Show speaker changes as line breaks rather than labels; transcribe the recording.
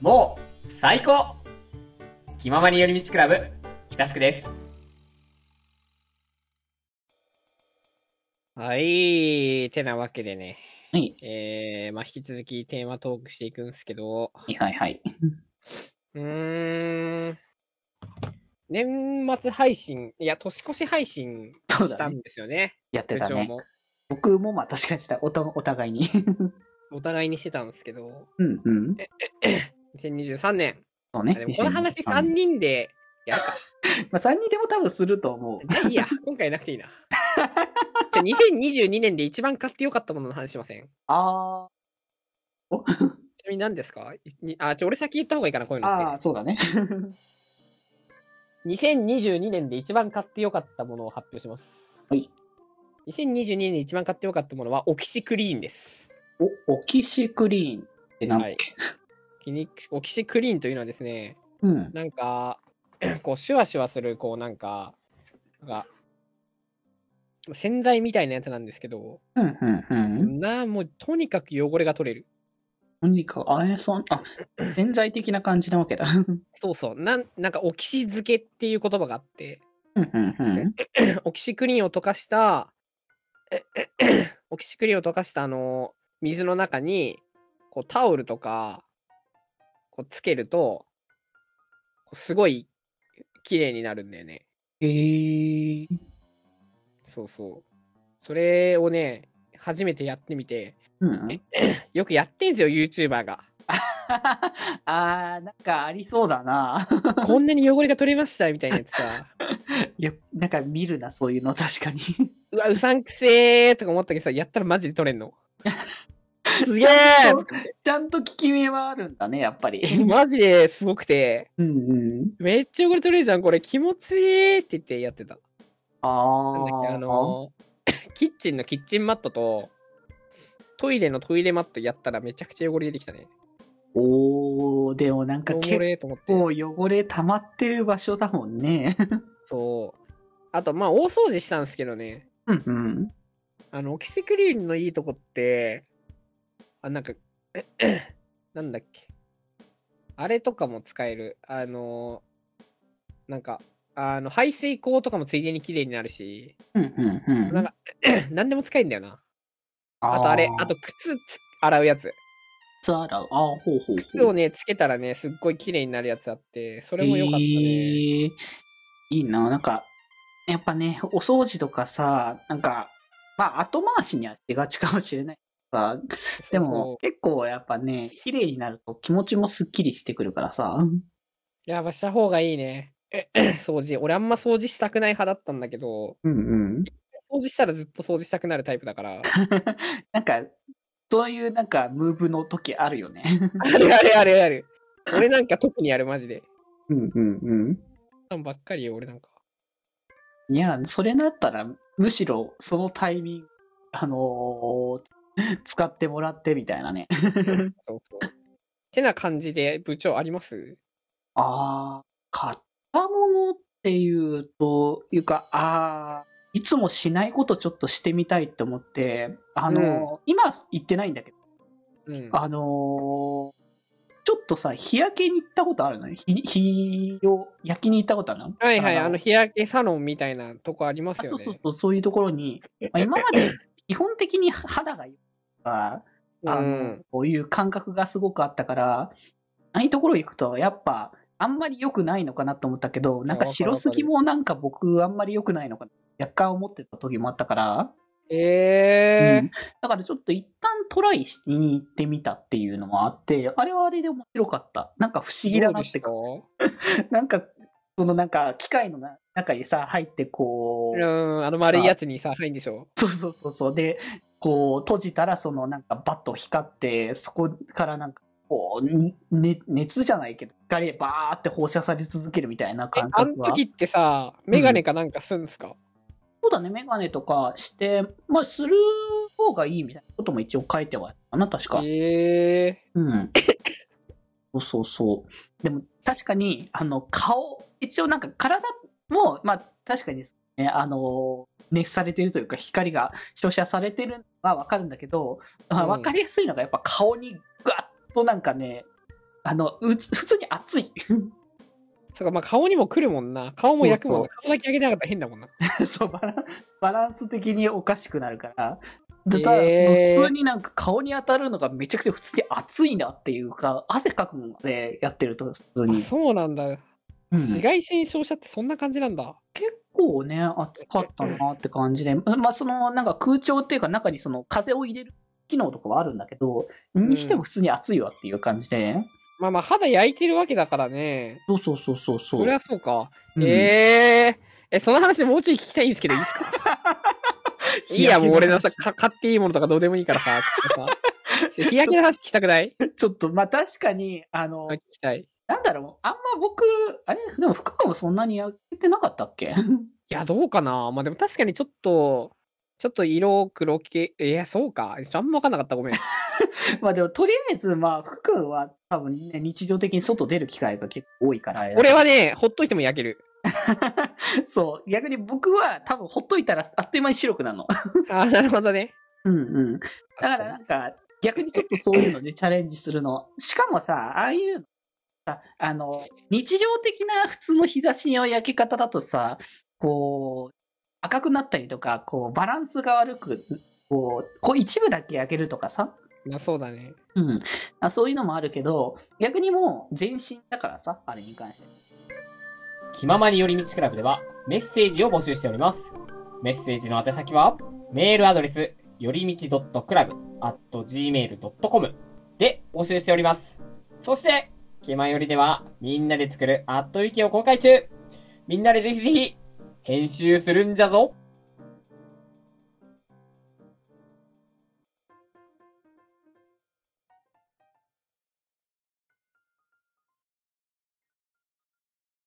もう、最高気ままに寄り道クラブ、北福です。
はい。てなわけでね、
はい。
えー、まあ、引き続きテーマトークしていくんですけど、
はいはいはい。
うーん、年末配信、いや、年越し配信
そう
した
だね。
んですよね、
やって
部
た
長
ね。
も。
僕もまあ確かにした。おたお互いに。
お互いにしてたんですけど、
うんうん。
2023年。
そう
あ
ね
でも。この話3
人。
人でやるか。
まあ3人でも多分すると思う。
じゃあいいや、今回なくていいな。 じゃあ2022年で一番買ってよかったものの話しません
あー。お
ちなみに何ですかいにあ、ちょ、俺先言った方がいいかな、こういうのって。
あー、そうだね。
2022年で一番買ってよかったものを発表します。
はい。
2022年で一番買ってよかったものは、オキシクリーンです。
お、オキシクリーンってなんだっけ、
はい気にオキシクリーンというのはですね、
うん。
なんか、 こう、シュワシュワする、こう、なんか、なんか洗剤みたいなやつなんですけど、
うんうんうん。
なあ、もう、とにかく汚れが取れる。
何か、あえそん、あ、潜在的な感じなわけだ。うん
そうそう。なん、なんか、オキシ漬けっていう言葉があって、
うんうん。
オキシクリーンを溶かした、 オキシクリーンを溶かしたあの水の中にこうタオルとかこうつけるとこうすごい綺麗になるんだよね。
えー。
そうそう。それをね、初めてやってみて、
うんうん。
よくやってんすよ、YouTuber が。
あー、なんかありそうだな。
こんなに汚れが取れましたみたいなやつさ、
いや、なんか見るな、そういうの確かに。
うわ、うさんくせーとか思ったけどさ、やったらマジで取れんの。すげえとか
ちゃんと効き目はあるんだね、やっぱり。
言ってマジですごくて。
うんうん。
めっちゃ汚れ取れるじゃん、これ気持ちいいって言ってやってた。
あ
なんだっけ、
ー。
あのー キッチンのキッチンマットと、トイレのトイレマットやったらめちゃくちゃ汚れ出てきたね。
おー、でもなんか
汚
結
れと思って。
構汚れ溜まってる場所だもんね。
そう。あと、まあ、大掃除したんですけどね。
うんうん。
あの、オキシクリーンのいいとこって、あ、なんか、 なんだっけ。あれとかも使える。あのーなんか、あの、排水口とかもついでに綺麗になるし、
うんうんう
な
ん。
んか、何でも使えるんだよな。
あ
あとあれ、
ー
あと、靴つ洗うやつ。
靴洗う。あー、ほうほうほう。
靴をね、つけたらね、すっごい綺麗になるやつあって、それも良かったね。
へーいいな、なんか、やっぱね、お掃除とかさ、なんか、まあ、後回しにはしがちかもしれないけどさ、で
そう
も
そ、
結構やっぱね、綺麗になると気持ちもスッキリしてくるからさ。
う。やっぱした方がいいね。 掃除。俺あんま掃除したくない派だったんだけど、
うんうん。
掃除したらずっと掃除したくなるタイプ だから。
なんか、そういうなんか、ムーブの時あるよね。
あれあれあれある。俺なんか特にある、マジで。
うんうんうん。
ばっかりよ、俺 なんか。
いや、それだったら、むしろそのタイミング、あのー使ってもらってみたいなね。
そうそう。てな感じで、部長あります
あー、買ったものっていうと、いうか、あー、いつもしないことちょっとしてみたいって思って、あのー今行ってないんだけど、
うん。
あのーちょっとさ、日焼けに行ったことあるのよ。日、日を焼きに行ったことあるの
はいはい、
あの
あの、日焼けサロンみたいなとこありますよ
そう
ね。
そうそう、そういうところ に、まあ、今まで基本的に肌がいいとか、あの
うん
こういう感覚がすごくあったから、ああいうところ行くと、やっぱ、あんまり良くないのかなと思ったけど、なんか白すぎもなんか僕、あんまり良くないのかな、若干思ってた時もあったから、
え
う
ー
ん、だからちょっと一旦トライしに行ってみたっていうのもあって、あれはあれで面白かった。なんか不思議だなって、
どう
なんか、そのなんか機械のな中にさ、入ってこ
で
う、
したうん、あの丸いやつにさ、入るんでしょ
そうそうそうそう。で、こう、閉じたら、そのなんかバッと光って、そこからなんか、こう、ね、ね熱じゃないけど、光でバーって放射され続けるみたいな
え
感
あの
覚は。
時ってさ、メガネかなんかすんすか、
そうだね、メガネとかして、まあ、する方がいいみたいなことも一応書いてはあったかな、確か。
ええ
うん。そうそうそう。でも、確かに、あの、顔、一応なんか体も、まあ、確かに、ね、あの、熱されてるというか、光が照射されてるのはわかるんだけど、まあ
うん
わかりやすいのがやっぱ顔に、ぐわっとなんかね、あの、うつ普通に熱い。
そうか、まあ顔にも来るもんな。顔も焼くもんな。
そ
顔だけ上げてなかったら変だもんな。
そうバラン、バランス的におかしくなるから。
え
だ
ー
から、普通になんか顔に当たるのがめちゃくちゃ普通に熱いなっていうか、汗かくのでやってると普通
あ
に。
そうなんだ。
うん
紫外線照射ってそんな感じなんだ。
結構ね、暑かったなって感じで、まあ、そのなんか空調っていうか、中にその風を入れる機能とかはあるんだけど、にしても普通に暑いわっていう感じで、
まあまあ肌焼いてるわけだからね。
そうそうそうそう
そりゃそうか。
うん
えーえ、その話もうちょい聞きたいんですけど、いいですかいや、もう俺のさ、か買っていいものとかどうでもいいからさ、ちょっとさ、日焼けの話聞きたくない
ちょっと、まあ確かに、あの
あ、聞きたい。い
なんだろう、あんま僕、あれ、でも福岡もそんなに焼けてなかったっけ
や、どうかなまあでも確かにちょっと、ちょっと色黒系、いや、そうか。ちょあんまわかんなかっ た、ごめん。
まあでも、とりあえず、まあ、福君は多分ね、日常的に外出る機会が結構多いから。
俺はね、ほっといても焼ける。
そう、逆に僕は多分ほっといたらあっという間に白く なるの。
あ ーなるほどね。
うんうん。だからなんか、逆にちょっとそういうのでチャレンジするの。しかもさ、ああいうのさ、あの、日常的な普通の日差しの焼け方だとさ、こう、赤くなったりとか、こう、バランスが悪く、こう、こう一部だけ焼けるとかさ、
まあそうだね。
うん。あそういうのもあるけど、逆にもう全身だからさ、あれに関して。
気ままに寄り道クラブではメッセージを募集しております。メッセージの宛先は、メールアドレス、よりみち .club.gmail.com で募集しております。そして、気まよりでは、みんなで作るアットウィキを公開中みんなでぜひぜひ、編集するんじゃぞ